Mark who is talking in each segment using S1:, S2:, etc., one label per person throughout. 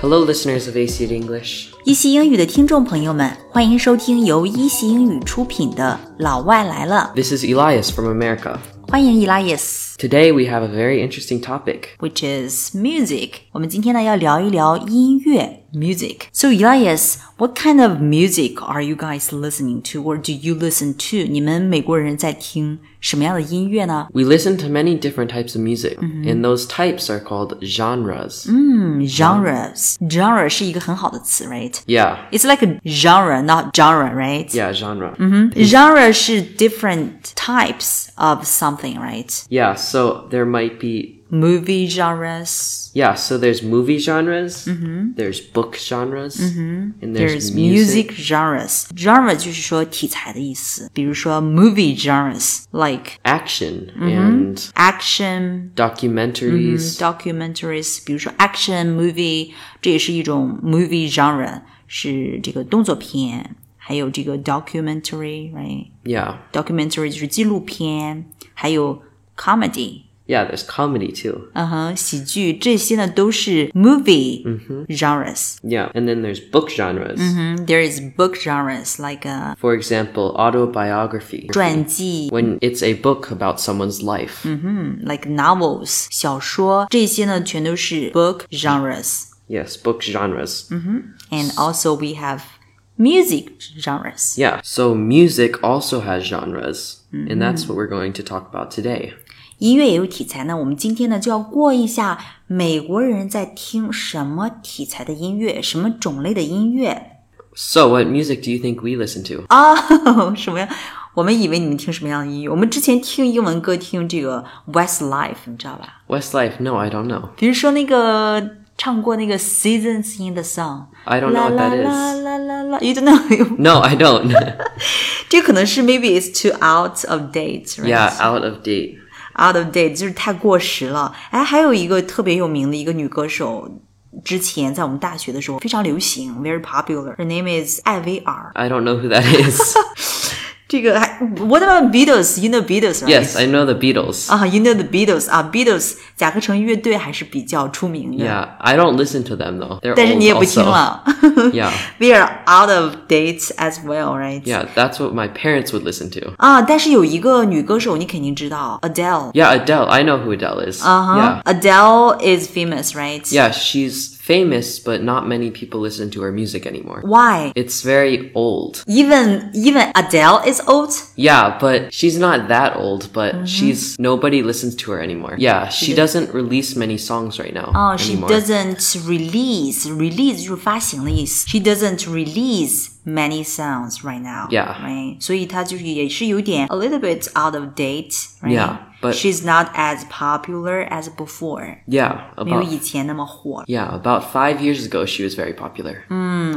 S1: Hello, listeners of AC English.
S2: 一席英语的听众朋友们，欢迎收听由一席英语出品的《老外来了
S1: This is Elias from America.》，
S2: 欢迎 Elias。
S1: Today we have a very interesting topic.
S2: Which is music。我们今天呢要聊一聊音乐 music。So Elias, what kind of music are you guys listening to, or do you listen to？你们美国人在听什么样的音乐呢？
S1: We listen to many different types of music,
S2: Mm-hmm.
S1: and those types are called genres.
S2: 嗯，genres。genre 是一个很好的词，right？
S1: Yeah,
S2: It's like a genre, not genre, right?
S1: yeah, genre.
S2: Mm-hmm. Genre 是 different types of something, right?
S1: Yeah, so there might be.
S2: Movie genres,
S1: Yeah, so there's movie genres, there's book genres, and there's,
S2: Mm-hmm. there's music genres. Genre 就是说题材的意思，比如说 movie genres like
S1: action,
S2: Mm-hmm.
S1: and
S2: action Mm-hmm.
S1: documentaries.
S2: documentaries，比如说 action movie，这也是一种 movie genre，是这个动作片，还有这个 documentary，right？
S1: Yeah,
S2: documentary 就是纪录片，还有 comedy。
S1: yeah, there's comedy too.
S2: 嗯哼，喜剧这些呢都是 movie genres。
S1: Yeah, and then there's book genres.
S2: 嗯，there is book genres like a
S1: For example, autobiography.
S2: 传记
S1: When it's a book about someone's life.
S2: Mm. Mm-hmm. like novels 小说，这些呢全都是 book genres。
S1: Yes, book genres.
S2: And also we have music genres.
S1: Yeah, so music also has genres, and that's what we're going to talk about today.
S2: 音乐也有题材呢，我们今天呢就要过一下美国人在听什么题材的音乐，什么种类的音乐
S1: So, what music do you think we listen to?
S2: 啊、 什么呀？我们以为你们听什么样的音乐？我们之前听英文歌，听这个 Westlife，你知道吧？
S1: Westlife? No, I don't know.
S2: 比如说那个唱过那个 Seasons in the Sun，
S1: I don't know
S2: 啦
S1: what
S2: 啦
S1: that
S2: 啦
S1: is.
S2: 啦啦啦，you don't know，
S1: No, I don't.
S2: 这可能是 maybe it's too out of date，right？
S1: yeah, out of date.
S2: out of date 就是太过时了。哎，还有一个特别有名的一个女歌手，之前在我们大学的时候非常流行，very popular。Her name is 艾薇儿。
S1: I don't know who that is.
S2: 这个还 What about Beatles？You know Beatles，right？
S1: yes, I know the Beatles.
S2: 啊、y o u know the Beatles 啊、b e a t l e s 甲壳虫乐队还是比较出名的
S1: yeah, I don't listen to them though. They're
S2: 但是
S1: old
S2: 你也不听
S1: also.
S2: 了。
S1: yeah,
S2: We are out of date as well, right?
S1: yeah, that's what my parents would listen to.
S2: 啊，但是有一个女歌手你肯定知道，Adele。
S1: Yeah, Adele. I know who Adele is.
S2: 啊哈
S1: Yeah.
S2: Uh-huh. ，Adele is famous, right?
S1: Yeah, she's famous, but not many people listen to her music anymore.
S2: Why?
S1: It's very old.
S2: Even even Adele is old.
S1: Yeah, but she's not that old, but she's nobody listens to her anymore. Yeah, she doesn't release many songs right now.
S2: 哦、s h e
S1: anymore.
S2: doesn't release. Release 就是发行的意思。She doesn't release many songs right now.
S1: Yeah.
S2: Right. 所以她就是也是有点 a little bit out of date. Right.
S1: Yeah, but-
S2: she's not as popular as before.
S1: Yeah,
S2: 没有
S1: about
S2: 以前那么火了。
S1: Yeah, about 5 years ago she was very popular.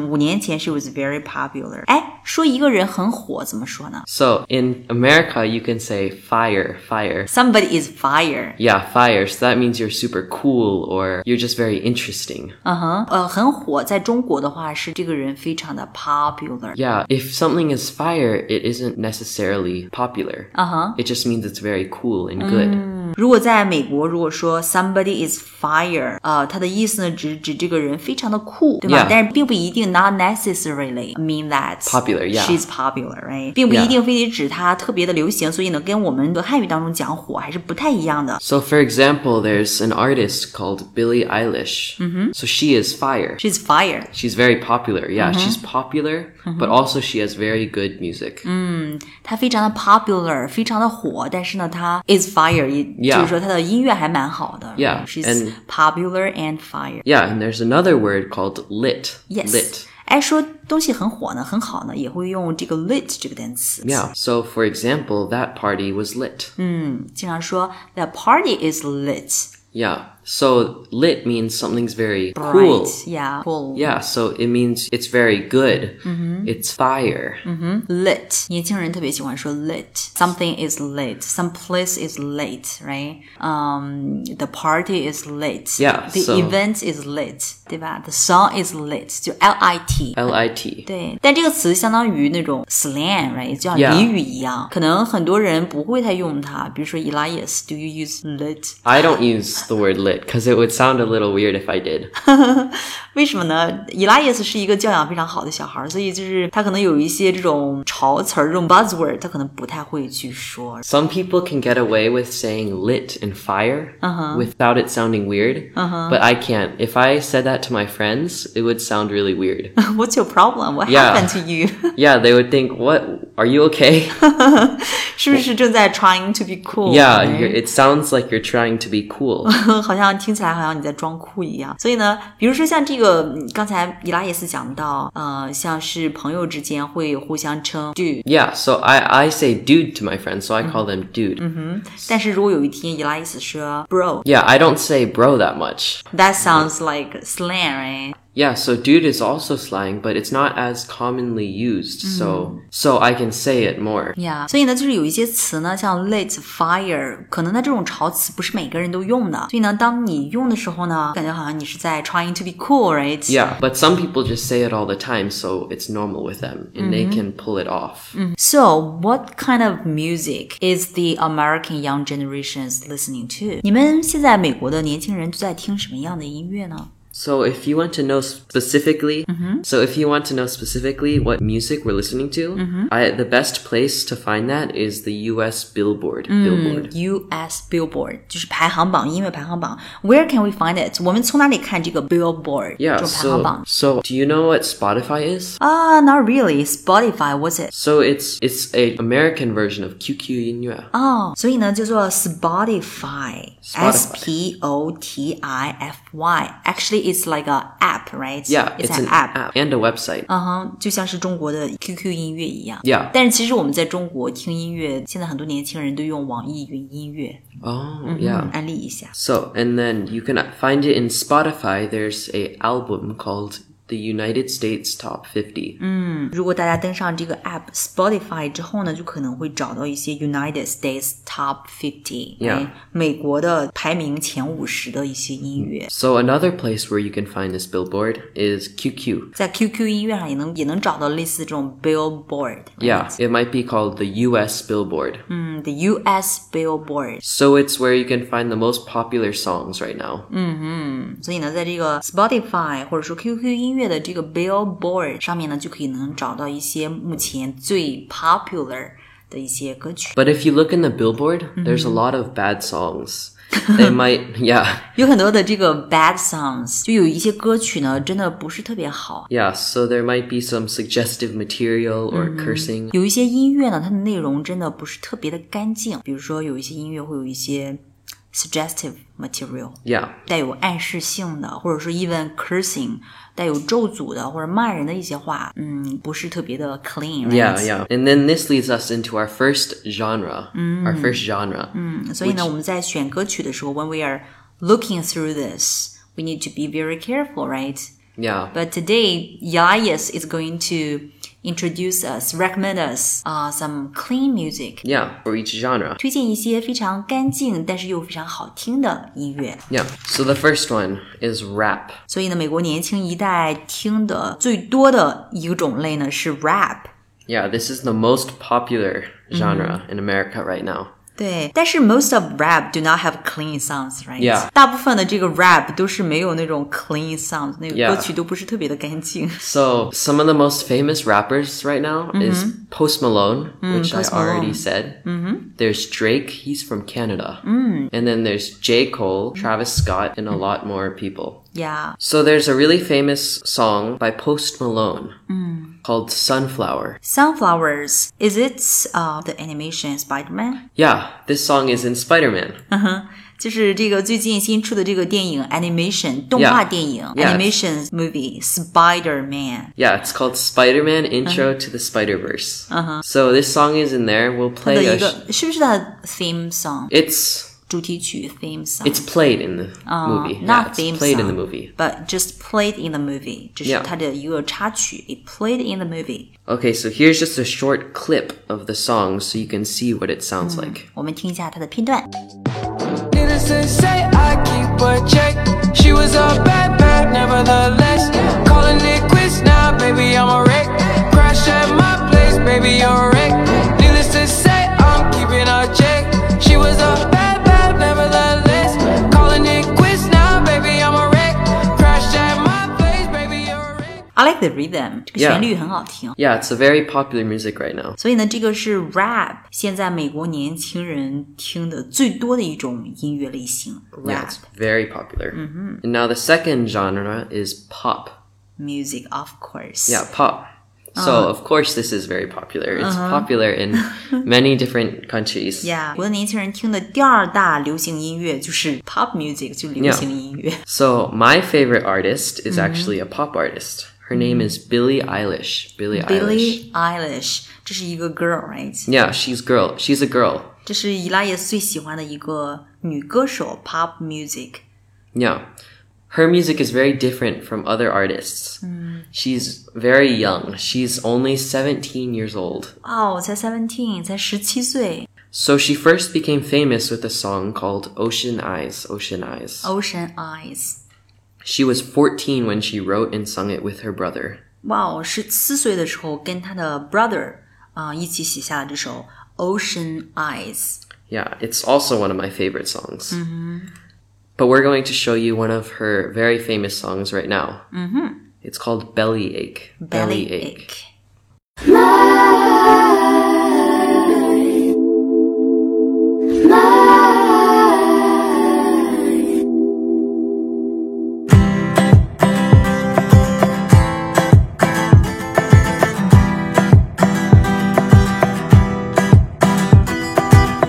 S2: 五年前 she was very popular。哎，说一个人很火怎么说呢
S1: So, in America you can say fire, fire.
S2: ？Somebody is fire。
S1: Yeah, fire. So that means you're super cool or you're just very interesting.
S2: 嗯哼，呃，很火，在中国的话是这个人非常的 popular。
S1: Yeah, if something is fire, it isn't necessarily popular.
S2: 嗯哼，
S1: It just means it's very cool and good.
S2: 如果在美国，如果说 somebody is fire，呃，它的意思呢，只指这个人非常的酷，对吧
S1: Yeah.
S2: 但是并不一定 not necessarily mean that
S1: Popular, yeah.
S2: she's popular，right？并不
S1: Yeah.
S2: 一定非得指她特别的流行，所以呢，跟我们的汉语当中讲火还是不太一样的。
S1: So, for example, there's an artist called Billie Eilish. Mm-hmm. So she is fire.
S2: She's fire。
S1: She's very popular. Yeah,
S2: Mm-hmm.
S1: she's popular, but also she has very good music.
S2: Mm. 他非常的 popular，非常的火，但是呢，他 is fire，也
S1: Yeah.
S2: 就是说他的音乐还蛮好的。
S1: Yeah,
S2: she's
S1: and-
S2: popular and fire。
S1: Yeah, and there's another word called lit.
S2: Yes.
S1: Lit.
S2: 哎，说东西很火呢，很好呢，也会用这个 lit 这个单词。
S1: Yeah. So, for example, that party was lit.
S2: Mm. 经常说 the party is lit。
S1: Yeah. So, lit means something's very cool.
S2: Right, yeah, cool.
S1: Yeah, so it means it's very good.
S2: Mm-hmm.
S1: It's fire.
S2: Mm. Lit. 年轻人特别喜欢说 lit. Something is lit. Some place is lit, right? Um, the party is lit.
S1: Yeah,
S2: The
S1: so-
S2: event is lit. 对吧？The song is lit. 就 L I T.
S1: L I T.
S2: 对，但这个词相当于那种 slang，right？就像
S1: Yeah.
S2: 俚语一样可能很多人不会太用它。比如说 Elias，do you use lit？
S1: I don't use the word lit it because it would sound a little weird if I did.
S2: 为什么呢？Elias 是一个教养非常好的小孩，所以就是他可能有一些这种潮词儿、这种 buzzword，他可能不太会去说。
S1: Some people can get away with saying lit and fire without it sounding weird, but I can't. If I said that to my friends, it would sound really weird.
S2: What's your problem? What
S1: Yeah.
S2: happened to you？
S1: yeah, they would think, "What? Are you okay?"
S2: 是不是正在 trying to be cool？
S1: yeah, you're, it sounds like you're trying to be cool.
S2: 好像听起来好像你在装酷一样。所以呢，比如说像这个，嗯刚才伊拉耶斯讲到，呃，像是朋友之间会互相称 dude，
S1: yeah, so I I say dude to my friends, so I call them dude.
S2: 但是如果有一天伊拉耶斯说 bro，that
S1: Yeah, I don't say bro that much.
S2: sounds like slang，right？
S1: Yeah, so dude is also slang, but it's not as commonly used. So so I can say it more.
S2: Yeah，所以呢，就是有一些词呢，像 lit fire，可能它这种潮词不是每个人都用的，所以呢，当你用的时候呢，感觉好像你是在 trying to be cool，right？
S1: Yeah, but some people just say it all the time, so it's normal with them, and they can pull it off.
S2: So, what kind of music is the American young generations listening to? 你们现在美国的年轻人都在听什么样的音乐呢？
S1: So if you want to know specifically, so if you want to know specifically what music we're listening to, I, the best place to find that is the U.S. Billboard. Billboard.
S2: U.S. 嗯 Billboard 就是排行榜，音乐排行榜。Where can we find it？我们从哪里看这个 Billboard 这
S1: Yeah.
S2: 种排行
S1: So
S2: 榜？
S1: so do you know what Spotify is?
S2: 啊、n o t really. Spotify was it？
S1: So it's it's a American version of QQ 音乐。
S2: 哦，所以呢，叫做 Spotify，S
S1: Spotify
S2: P O T I F Y。Actually, it's like a app, right?
S1: Yeah, it's, an
S2: app.
S1: and a website.
S2: 嗯哼，就像是中国的 QQ 音乐一样。
S1: Yeah.
S2: 但是其实我们在中国听音乐，现在很多年轻人都用网易云音乐。
S1: Oh, yeah.
S2: 嗯安利一下。
S1: So, and then you can find it in Spotify. There's a album called The United States Top 50.
S2: 嗯如果大家登上这个 app Spotify 之后呢，就可能会找到一些 United States Top 50，、
S1: Yeah.
S2: 美国的排名前五十的一些音乐。
S1: So another place where you can find this billboard is QQ.
S2: 在 QQ 音乐上也能也能找到类似这种 Billboard，
S1: Yeah, it might be called the US Billboard.
S2: 嗯，The US Billboard。
S1: So it's where you can find the most popular songs right now.
S2: Mm. 嗯所以呢，在这个 Spotify 或者说 QQ 音乐的这个 Billboard 上面呢，就可以能找到一些目前最 popular 的一些歌曲，
S1: But if you look in the billboard, there's a lot of bad songs. They might, yeah,
S2: 有很多的这个 bad songs，就有一些歌曲呢，真的不是特别好。
S1: yeah, so there might be some suggestive material or cursing.
S2: 有一些音乐呢，它的内容真的不是特别的干净，比如说有一些音乐会有一些 suggestive material，
S1: Yeah,
S2: 带有暗示性的，或者说 even cursing，带有咒诅的或者骂人的一些话，嗯，不是特别的 clean、right?。
S1: Yeah, yeah. And then this leads us into our first genre. Our first genre.
S2: 嗯所以呢，我们在选歌曲的时候，when we are looking through this, we need to be very careful, right?
S1: Yeah.
S2: But today, Yayas is going to introduce us, recommend us, uh, some clean music.
S1: Yeah, for each genre.
S2: 推荐一些非常干净但是又非常好听的音乐。
S1: Yeah. So the first one is rap.
S2: 所以呢，美国年轻一代听的最多的一个种类呢是 rap。
S1: Yeah, this is the most popular genre
S2: Mm-hmm.
S1: in America right now.
S2: 对，但是 most of rap do not have clean sounds, right?
S1: Yeah.
S2: 大部分的这个 rap 都是没有那种 clean sound，那个
S1: Yeah.
S2: 歌曲都不是特别的干净。
S1: So some of the most famous rappers right now is Post Malone, which
S2: Mm-hmm. Mm, Post
S1: I already
S2: Malone.
S1: said. Mm-hmm. There's Drake, he's from Canada.
S2: Mm.
S1: And then there's J. Cole, Travis Scott, and a
S2: Mm-hmm.
S1: lot more people.
S2: Yeah.
S1: So there's a really famous song by Post Malone
S2: Mm.
S1: called Sunflower.
S2: Sunflowers is it uh the animation Spider-Man？
S1: Yeah, this song is in Spider Man.
S2: 就是这个最近新出的这个电影 animation 动画
S1: Yeah.
S2: 电影
S1: Yeah.
S2: animation movie Spider-Man。
S1: Yeah, it's called Spider Man Intro
S2: Uh-huh.
S1: to the Spider Verse. So this song is in there. We'll
S2: 的
S1: play
S2: 一
S1: a. Sh-
S2: 个，是不是他的 theme song
S1: it's
S2: 主题曲 theme song？
S1: it's played in the movie.
S2: not
S1: yeah,
S2: theme
S1: it's played in the
S2: song.
S1: movie.
S2: But just played in the movie，这是
S1: Yeah.
S2: 它的一个插曲。It played in the movie。
S1: Okay, so here's just a short clip of the song so you can see what it sounds
S2: Mm.
S1: like.
S2: 我们听一下它的片段。
S3: Needless to say, I keep a check. She was a bad bad, nevertheless. Calling it quits now, baby, I'm a wreck. Crash at my place, baby, you're a wreck. Needless to say, I'm keeping a check. She was a bad bad, nevertheless. Calling it quits now.
S2: like the rhythm，这个
S1: Yeah
S2: 旋律很好听。
S1: Yeah, it's a very popular music right now.
S2: 所以呢，这个是 rap，现在美国年轻人听的最多的一种音乐类型
S1: Yeah,
S2: rap
S1: it's very popular.
S2: Mm-hmm.
S1: And now the second genre is pop.
S2: music of course。
S1: Yeah, pop. So
S2: Uh-huh.
S1: of course this is very popular. It's popular in many different countries.
S2: Yeah，我的年轻人听的第二大流行音乐就是 pop music，就是流行音乐。
S1: So my favorite artist is actually a pop artist. Her name is Billie Eilish. Billie Eilish.
S2: Billie Eilish，这是一个 girl，right？
S1: Yeah, she's girl. She's a girl.
S2: 这是伊拉也最喜欢的一个女歌手，pop music。
S1: Yeah. Her music is very different from other artists. She's very young. She's only 17 years old.
S2: 哇，哦我才 seventeen，才十七岁。
S1: So she first became famous with a song called Ocean Eyes, Ocean Eyes.
S2: Ocean Eyes，
S1: She was 14 when she wrote and sung it with her brother.
S2: 哇，我是四岁的时候跟他的 brother 啊、一起写下了这首 Ocean Eyes。
S1: Yeah, it's also one of my favorite songs. But we're going to show you one of her very famous songs right now. Mm-hmm.
S2: 嗯
S1: It's called Bellyache.
S2: Bellyache。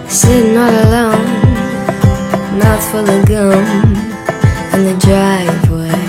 S4: Sitting all alone, mouth full of gum in the driveway.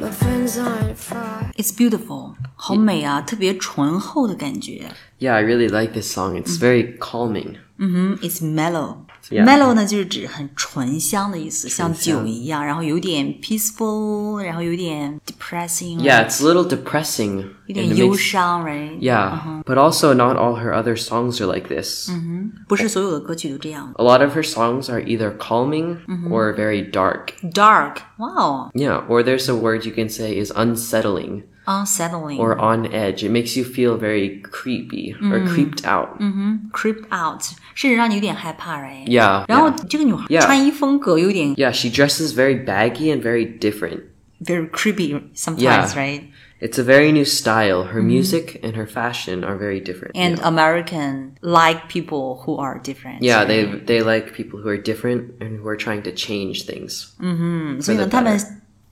S4: My friends aren't far.
S2: It's beautiful，好美啊，特别醇厚的感觉。
S1: Yeah, I really like this song. It's very calming.
S2: 嗯哼，It's mellow。
S1: Yeah
S2: mellow 呢，就是指很醇香的意思，像
S1: 香
S2: 酒一样，然后有点 peaceful，然后有点 depressing，
S1: Yeah, it's a little depressing. and
S2: 有点
S1: it
S2: 忧
S1: makes-
S2: 伤，right？
S1: yeah, but also not all her other songs are like this.
S2: Mm. 不是所有的歌曲都这样。
S1: A lot of her songs are either calming or very dark.
S2: Dark，哇哦
S1: Yeah, or there's a word you can say is unsettling
S2: ，unsettling，creep
S1: or on edge. It makes you feel very creepy or creeped out.
S2: 嗯 out，甚至让你有点害怕，right？
S1: Yeah.
S2: 然后
S1: yeah.
S2: 这个女孩
S1: Yeah.
S2: 穿衣风格有点
S1: Yeah, she dresses very baggy and very different.
S2: very creepy sometimes,
S1: Yeah.
S2: right?
S1: It's a very new style. Her music and her fashion are very different.
S2: And
S1: yeah.
S2: American like people who are different.
S1: Yeah, they they like people who are different and who are trying to change things.
S2: 嗯所以呢，
S1: 真的
S2: 他们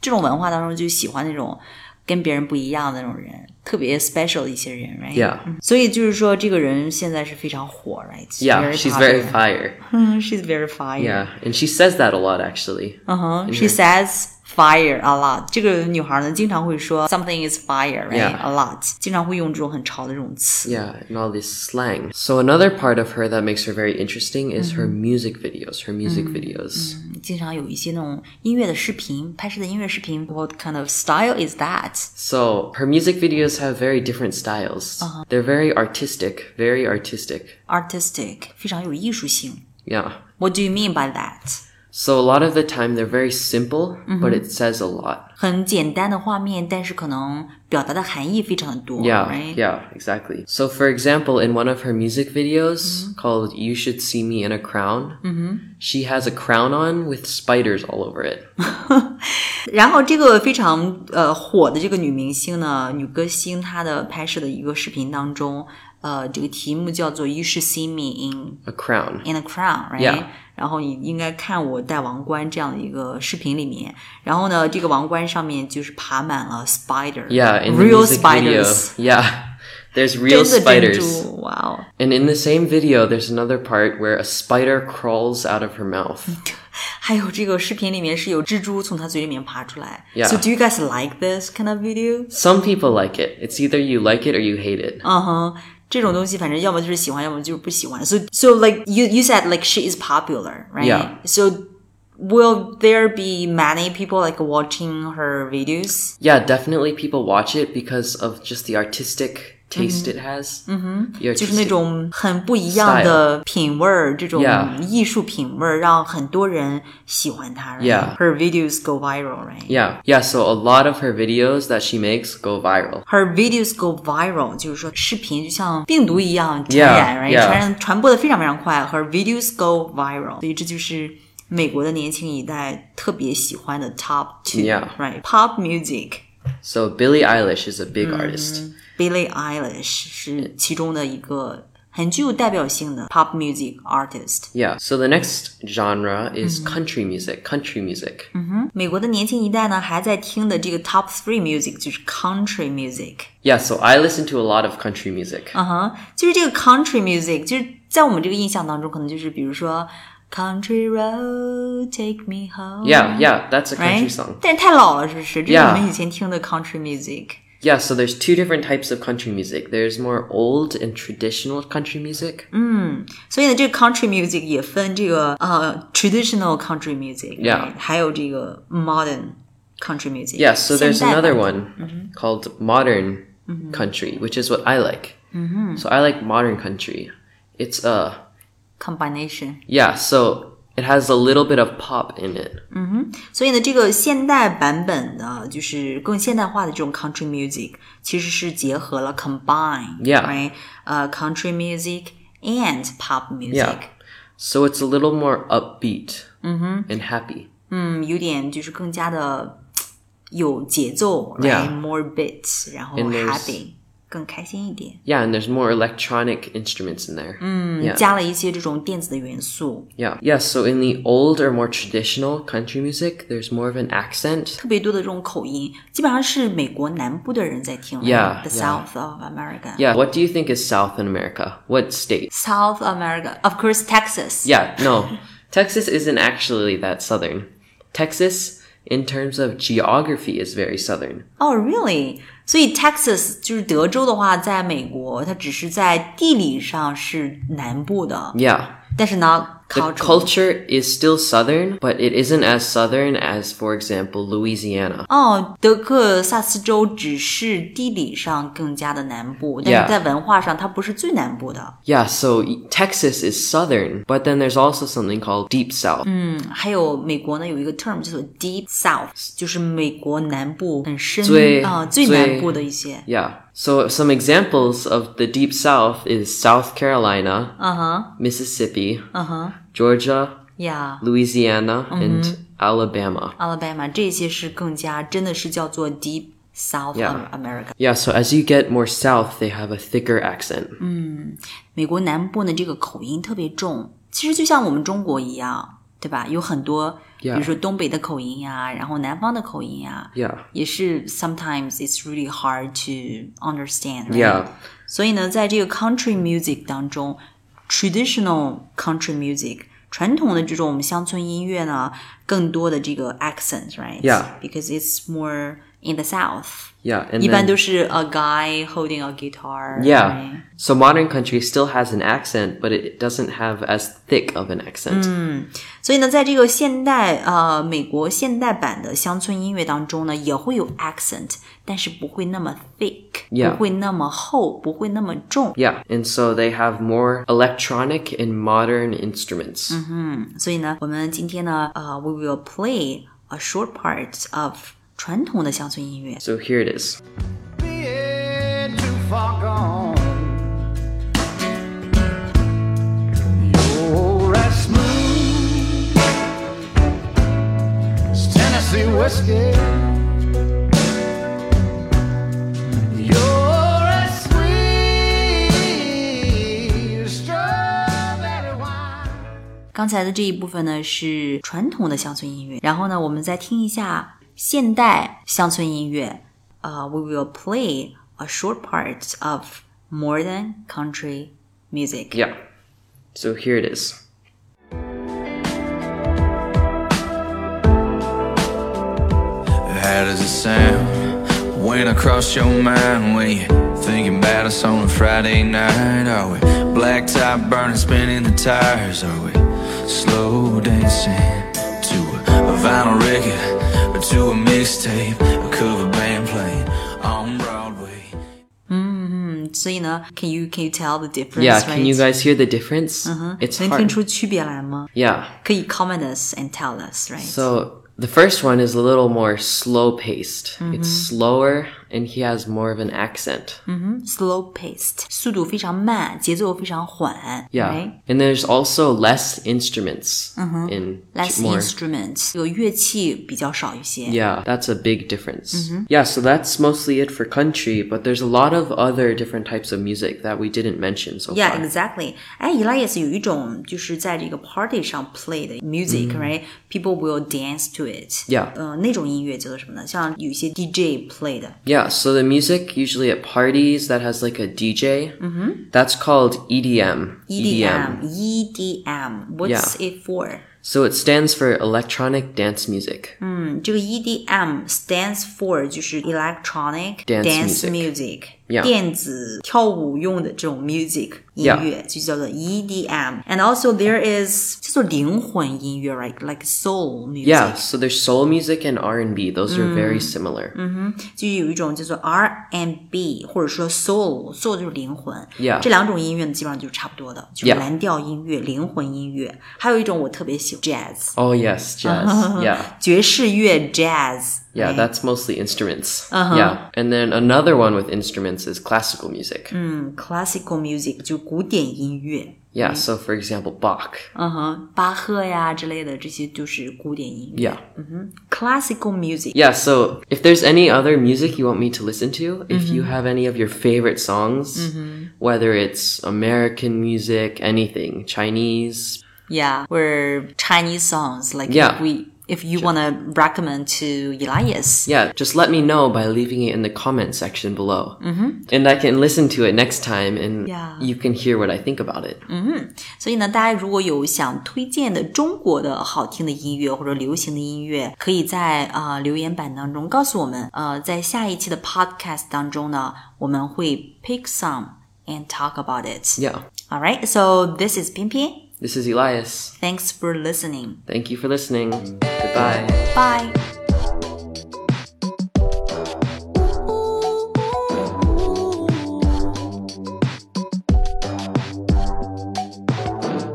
S2: 这种文化当中就喜欢那种跟别人不一样的那种人，特别 special 的一些人，right？、
S1: Yeah.
S2: 嗯所以就是说，这个人现在是非常火，right？
S1: Yeah, she's very fire.
S2: fire. she's very fire.
S1: Yeah, and she says that a lot actually.
S2: 嗯哼、s h e says fire a lot。这个女孩呢，经常会说 something is fire, right?
S1: Yeah.
S2: A lot，经常会用这种很潮的这种词。
S1: Yeah, and all this slang. So another part of her that makes her very interesting is her music videos. Her music videos.
S2: 经常有一些那种音乐的视频，拍摄的音乐视频。What kind of style is that？
S1: So her music videos have very different styles. They're very artistic, very artistic.
S2: Artistic，非常有艺术性。
S1: Yeah.
S2: What do you mean by that？
S1: So a lot of the time they're very simple, but
S2: Mm-hmm.
S1: it says a lot.
S2: 很简单的画面，但是可能表达的含义非常的多。
S1: Yeah,
S2: right?
S1: yeah, exactly. So for example, in one of her music videos
S2: Mm-hmm.
S1: called You Should See Me in a Crown, she has a crown on with spiders all over it.
S2: 然后这个非常呃火的这个女明星呢，女歌星，她的拍摄的一个视频当中，呃，这个题目叫做 “You should see me in
S1: A crown.
S2: in a crown”，right？、
S1: Yeah.
S2: 然后你应该看我戴王冠这样的一个视频里面，然后呢，这个王冠上面就是爬满了 spider，real
S1: Yeah, in the music
S2: spiders，
S1: video. Yeah. There's
S2: 真
S1: real
S2: 的珍
S1: spiders.
S2: 珠，哇哦！
S1: And in the same video, there's another part where a spider crawls out of her mouth.
S2: 还有这个视频里面是有蜘蛛从她嘴里面爬出来。
S1: Yeah.
S2: So do you guys like this kind of video？
S1: Some people like it. It's either you like it or you hate it.
S2: 嗯哼，Uh-huh. 这种东西反正要么就是喜欢，要么就是不喜欢。So so like you you said like she is popular, right?
S1: Yeah.
S2: So will there be many people like watching her videos?
S1: Yeah, definitely people watch it because of just the artistic taste it has. Mm-hmm.
S2: 就是那种很不一样的品味儿，这种
S1: Yeah.
S2: 艺术品味儿让很多人喜欢她。right?
S1: Yeah.
S2: Her videos go viral, right?
S1: Yeah, yeah, so a lot of her videos that she makes go viral.
S2: Her videos go viral，就是说视频就像病毒一样传
S1: Yeah,
S2: 染 right?
S1: yeah.
S2: 传染传播的非常非常快。Her videos go viral，所以这就是美国的年轻一代特别喜欢的 top two。
S1: Yeah.
S2: Right. Pop music.
S1: So Billie Eilish is a big artist.
S2: Billie Eilish 是其中的一个很具有代表性的 pop music artist。
S1: Yeah. So the next genre is country music. Country music.
S2: 美国的年轻一代呢，还在听的这个 top three music 就是 country music。
S1: Yeah. So I listen to a lot of country music.
S2: 嗯哼，就是这个 country music，就是在我们这个印象当中，可能就是比如说 country road take me home。
S1: Yeah. Yeah. That's a country
S2: Right，
S1: song.
S2: 但是太老了，是不是？这是
S1: Yeah
S2: 我们以前听的 country music。
S1: Yeah. So there's two different types of country music. There's more old and traditional country music.
S2: 所以呢，这个 country music 也分这个呃 traditional country music，
S1: Yeah
S2: 还有这个 modern country music。
S1: Yeah. So there's
S2: 现代版
S1: another one called modern country, which is what I like. So I like modern country. It's uh
S2: combination。
S1: yeah. So it has a little bit of pop in it.
S2: 所以呢，这个现代版本的，就是更现代化的这种 country music，其实是结合了 combine，
S1: Yeah.
S2: right，呃、c o u n t r y music and pop music，、
S1: Yeah. So it's a little more upbeat and happy.
S2: 嗯，有点就是更加的有节奏
S1: Yeah.
S2: right? more beats，然后
S1: And there's-
S2: happy，更开心一点，
S1: Yeah, and there's more electronic instruments in there. yeah.
S2: 加了一些这种电子的元素，
S1: yeah. Yeah, so in the old or more traditional country music, there's more of an accent.
S2: 特别多的这种口音，基本上是美国南部的人在听
S1: Yeah,
S2: right？the
S1: yeah.
S2: South of America。
S1: Yeah, what do you think is South in America? What state?
S2: South America, of course, Texas.
S1: Yeah, no. Texas isn't actually that southern. Texas, in terms of geography, is very southern.
S2: Oh, really? 所以 Texas 就是德州的话，在美国，它只是在地理上是南部的
S1: Yeah.
S2: 但是呢
S1: The
S2: ，culture
S1: culture is still southern, but it isn't as southern as, for example, Louisiana.
S2: 哦，德克萨斯州只是地理上更加的南部，但
S1: Yeah.
S2: 是在文化上它不是最南部的。
S1: Yeah, so Texas is southern, but then there's also something called deep south.
S2: 嗯还有美国呢有一个 term 叫做 Deep South，就是美国南部很深
S1: 最
S2: 啊、最
S1: 最
S2: 南部的一些。
S1: Yeah. So some examples of the deep south is South Carolina,
S2: 嗯哼，
S1: Mississippi,
S2: 嗯哼
S1: Georgia,
S2: ，Yeah。
S1: Louisiana, and Alabama.
S2: Alabama 这些是更加真的是叫做 Deep South
S1: Yeah.
S2: America。
S1: Yeah, so as you get more south, they have a thicker accent.
S2: 美国南部呢这个口音特别重，其实就像我们中国一样，对吧？有很多
S1: Yeah.
S2: 比如说东北的口音呀、然后南方的口音呀
S1: Yeah.
S2: 也是 sometimes it's really hard to understand。
S1: Yeah.
S2: 所以呢，在这个 country music 当中，traditional country music 传统的这种我们乡村音乐呢，更多的这个 accent，right？
S1: Yeah.
S2: Because it's more in the south，
S1: Yeah, and
S2: 一般
S1: then,
S2: 都是 a guy holding a guitar。
S1: yeah. So modern country still has an accent, but it doesn't have as thick of an accent.
S2: Mm. 所以呢，在这个现代呃美国现代版的乡村音乐当中呢，也会有 accent，但是不会那么 thick，、
S1: Yeah.
S2: 不会那么厚，不会那么重。
S1: Yeah, and so they have more electronic and modern instruments.
S2: Mm-hmm. 所以呢，我们今天呢，呃、w e will play a short part of 传统的乡村音乐。
S1: So here it is.
S5: being too far gone. You're as smooth as Tennessee whiskey. You're as sweet as strawberry wine.
S2: 刚才的这一部分呢是传统的乡村音乐，然后呢，我们再听一下现代乡村音乐。呃、w e will play a short part of modern country music。
S1: Yeah. So here it is.
S6: How does it sound when I cross your mind? When you thinking about us on a Friday night? Are we black top burning, spinning the tires? Are we slow dancing to a vinyl record or to a mixtape? A cover band playing on Broadway.
S2: Mm-hmm. 所以呢，Can you can you tell the difference?
S1: Yeah,
S2: right? Uh-huh.
S1: can you guys hear the difference?
S2: 嗯
S1: It's
S2: 能听
S1: hard.
S2: 出区别来吗？
S1: Yeah.
S2: 可以 comment us and tell us, right? Mm-hmm.
S1: So the first one is a little more slow paced. It's slower and he has more of an accent.
S2: slow paced，速度非常慢，节奏非常缓。
S1: Yeah.
S2: right? Mm-hmm.
S1: And there's also less instruments in
S2: less
S1: more.
S2: instruments，有乐器比较少一些。
S1: Yeah, that's a big difference.
S2: Mm-hmm.
S1: Yeah, so that's mostly it for country, but there's a lot of other different types of music that we didn't mention so
S2: Yeah,
S1: far.
S2: exactly. 哎，Elias 有一种就是在这个 party 上 play 的 music，right？People will dance to it.
S1: Mm. Yeah.
S2: 呃，那种音乐叫做什么呢？像有一些 DJ play 的
S1: Yeah, so the music usually at parties that has like a DJ, mm-hmm. that's called EDM.
S2: E EDM。EDM，What's it for？
S1: So it stands for electronic dance music.
S2: 嗯，这个 EDM stands for 就是 electronic
S1: Dance
S2: music，
S1: Yeah.
S2: 电子跳舞用的这种 music 音
S1: Yeah.
S2: 乐就叫做 EDM。And also there is 叫做灵魂音乐，right？Like soul music。
S1: Yeah, so there's soul music and R&B. Those are very
S2: Mm.
S1: similar.
S2: 就有一种叫做 R and B，或者说 soul，soul 就是灵魂。
S1: Yeah.
S2: 这两种音乐呢，基本上就是差不多的，就是
S1: Yeah.
S2: 蓝调音乐、灵魂音乐。还有一种我特别喜欢 jazz，
S1: Oh yes, jazz. yeah.
S2: 爵士乐 jazz。嗯
S1: Yeah,
S2: right? Uh-huh.
S1: that's mostly instruments. Yeah. And then another one with instruments is classical music.
S2: 嗯 classical music 就古典音乐，
S1: Yeah, so for example, Bach.
S2: 嗯哼，巴赫呀之类的，这些就是古典音乐。
S1: Yeah.
S2: classical music。
S1: Yeah, so if there's any other music you want me to listen to, if you have any of your favorite songs, whether it's American music, anything, Chinese,
S2: Yeah, or Chinese songs. Like
S1: Yeah.
S2: if we if you wanna recommend to Elias.
S1: yeah, just let me know by leaving it in the comment section below. Mm-hmm. And I can listen to it next time and
S2: Yeah.
S1: you can hear what I think about it.
S2: 所以呢，大家如果有想推荐的中国的好听的音乐或者流行的音乐，可以在啊、呃留言板当中告诉我们。呃，在下一期的 podcast 当中呢，我们会 pick some and talk about it.
S1: Yeah.
S2: All right, so this is Pin Pin.
S1: This is Elias.
S2: Thanks for listening.
S1: Thank you for listening. Goodbye.
S2: Bye.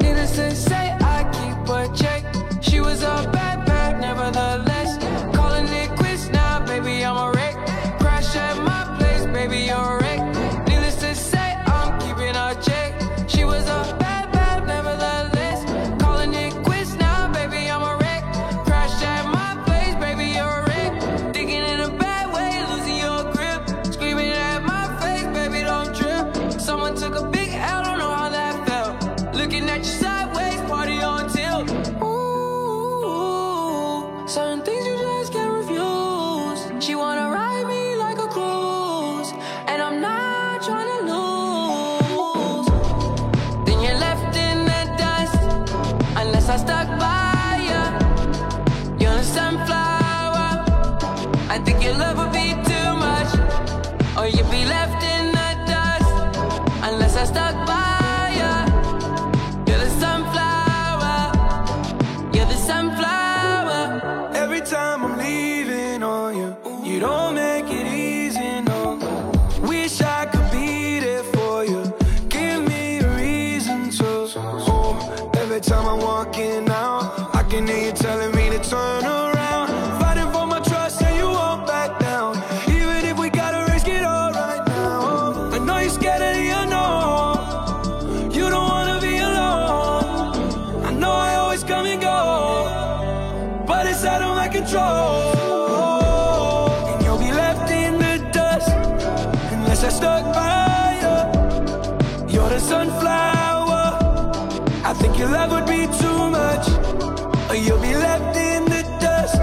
S3: Needless to say, I keep a check. She was a bad bad, nevertheless. Calling it quits now, baby, I'm a wreck. Crash at my place, baby, you're a wreck. Needless to say, I'm keeping a check. She was a bad bad, nevertheless. Calling it quits now, baby, I'm a wreck. Crash at my place, baby, you're a wreck. Thinking in a bad way, losing your grip. Screaming at my face, baby, don't trip. Someone took a big L, don't know how that felt. Looking at you sideways, party on tilt. Ooh, certain things you just can't refuse. She wanna ride me like a cruise, and I'm not trying to lose. Then you're left in the dust, unless I stuck by ya. You're a sunflower. I think your love would be too much, or you'd be left in the dust, unless I stuck by ya. You're the sunflower. You're the sunflower.
S7: Every time I'm leaving on you, you don't make it easy, no. Wish I could be there for you. Give me a reason to. Oh, every time I'm walking out, I can hear you telling me to turn around. Fighting for my trust, and you won't back down. Even if we gotta risk it all right now. I know you're scared of the unknown. You don't wanna be alone. I know I always come and go but it's out of my control. And you'll be left in the dust unless I stuck by you. You're the sunflower. I think your love would be too much, or you'll be left in the dust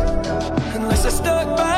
S7: unless I stuck by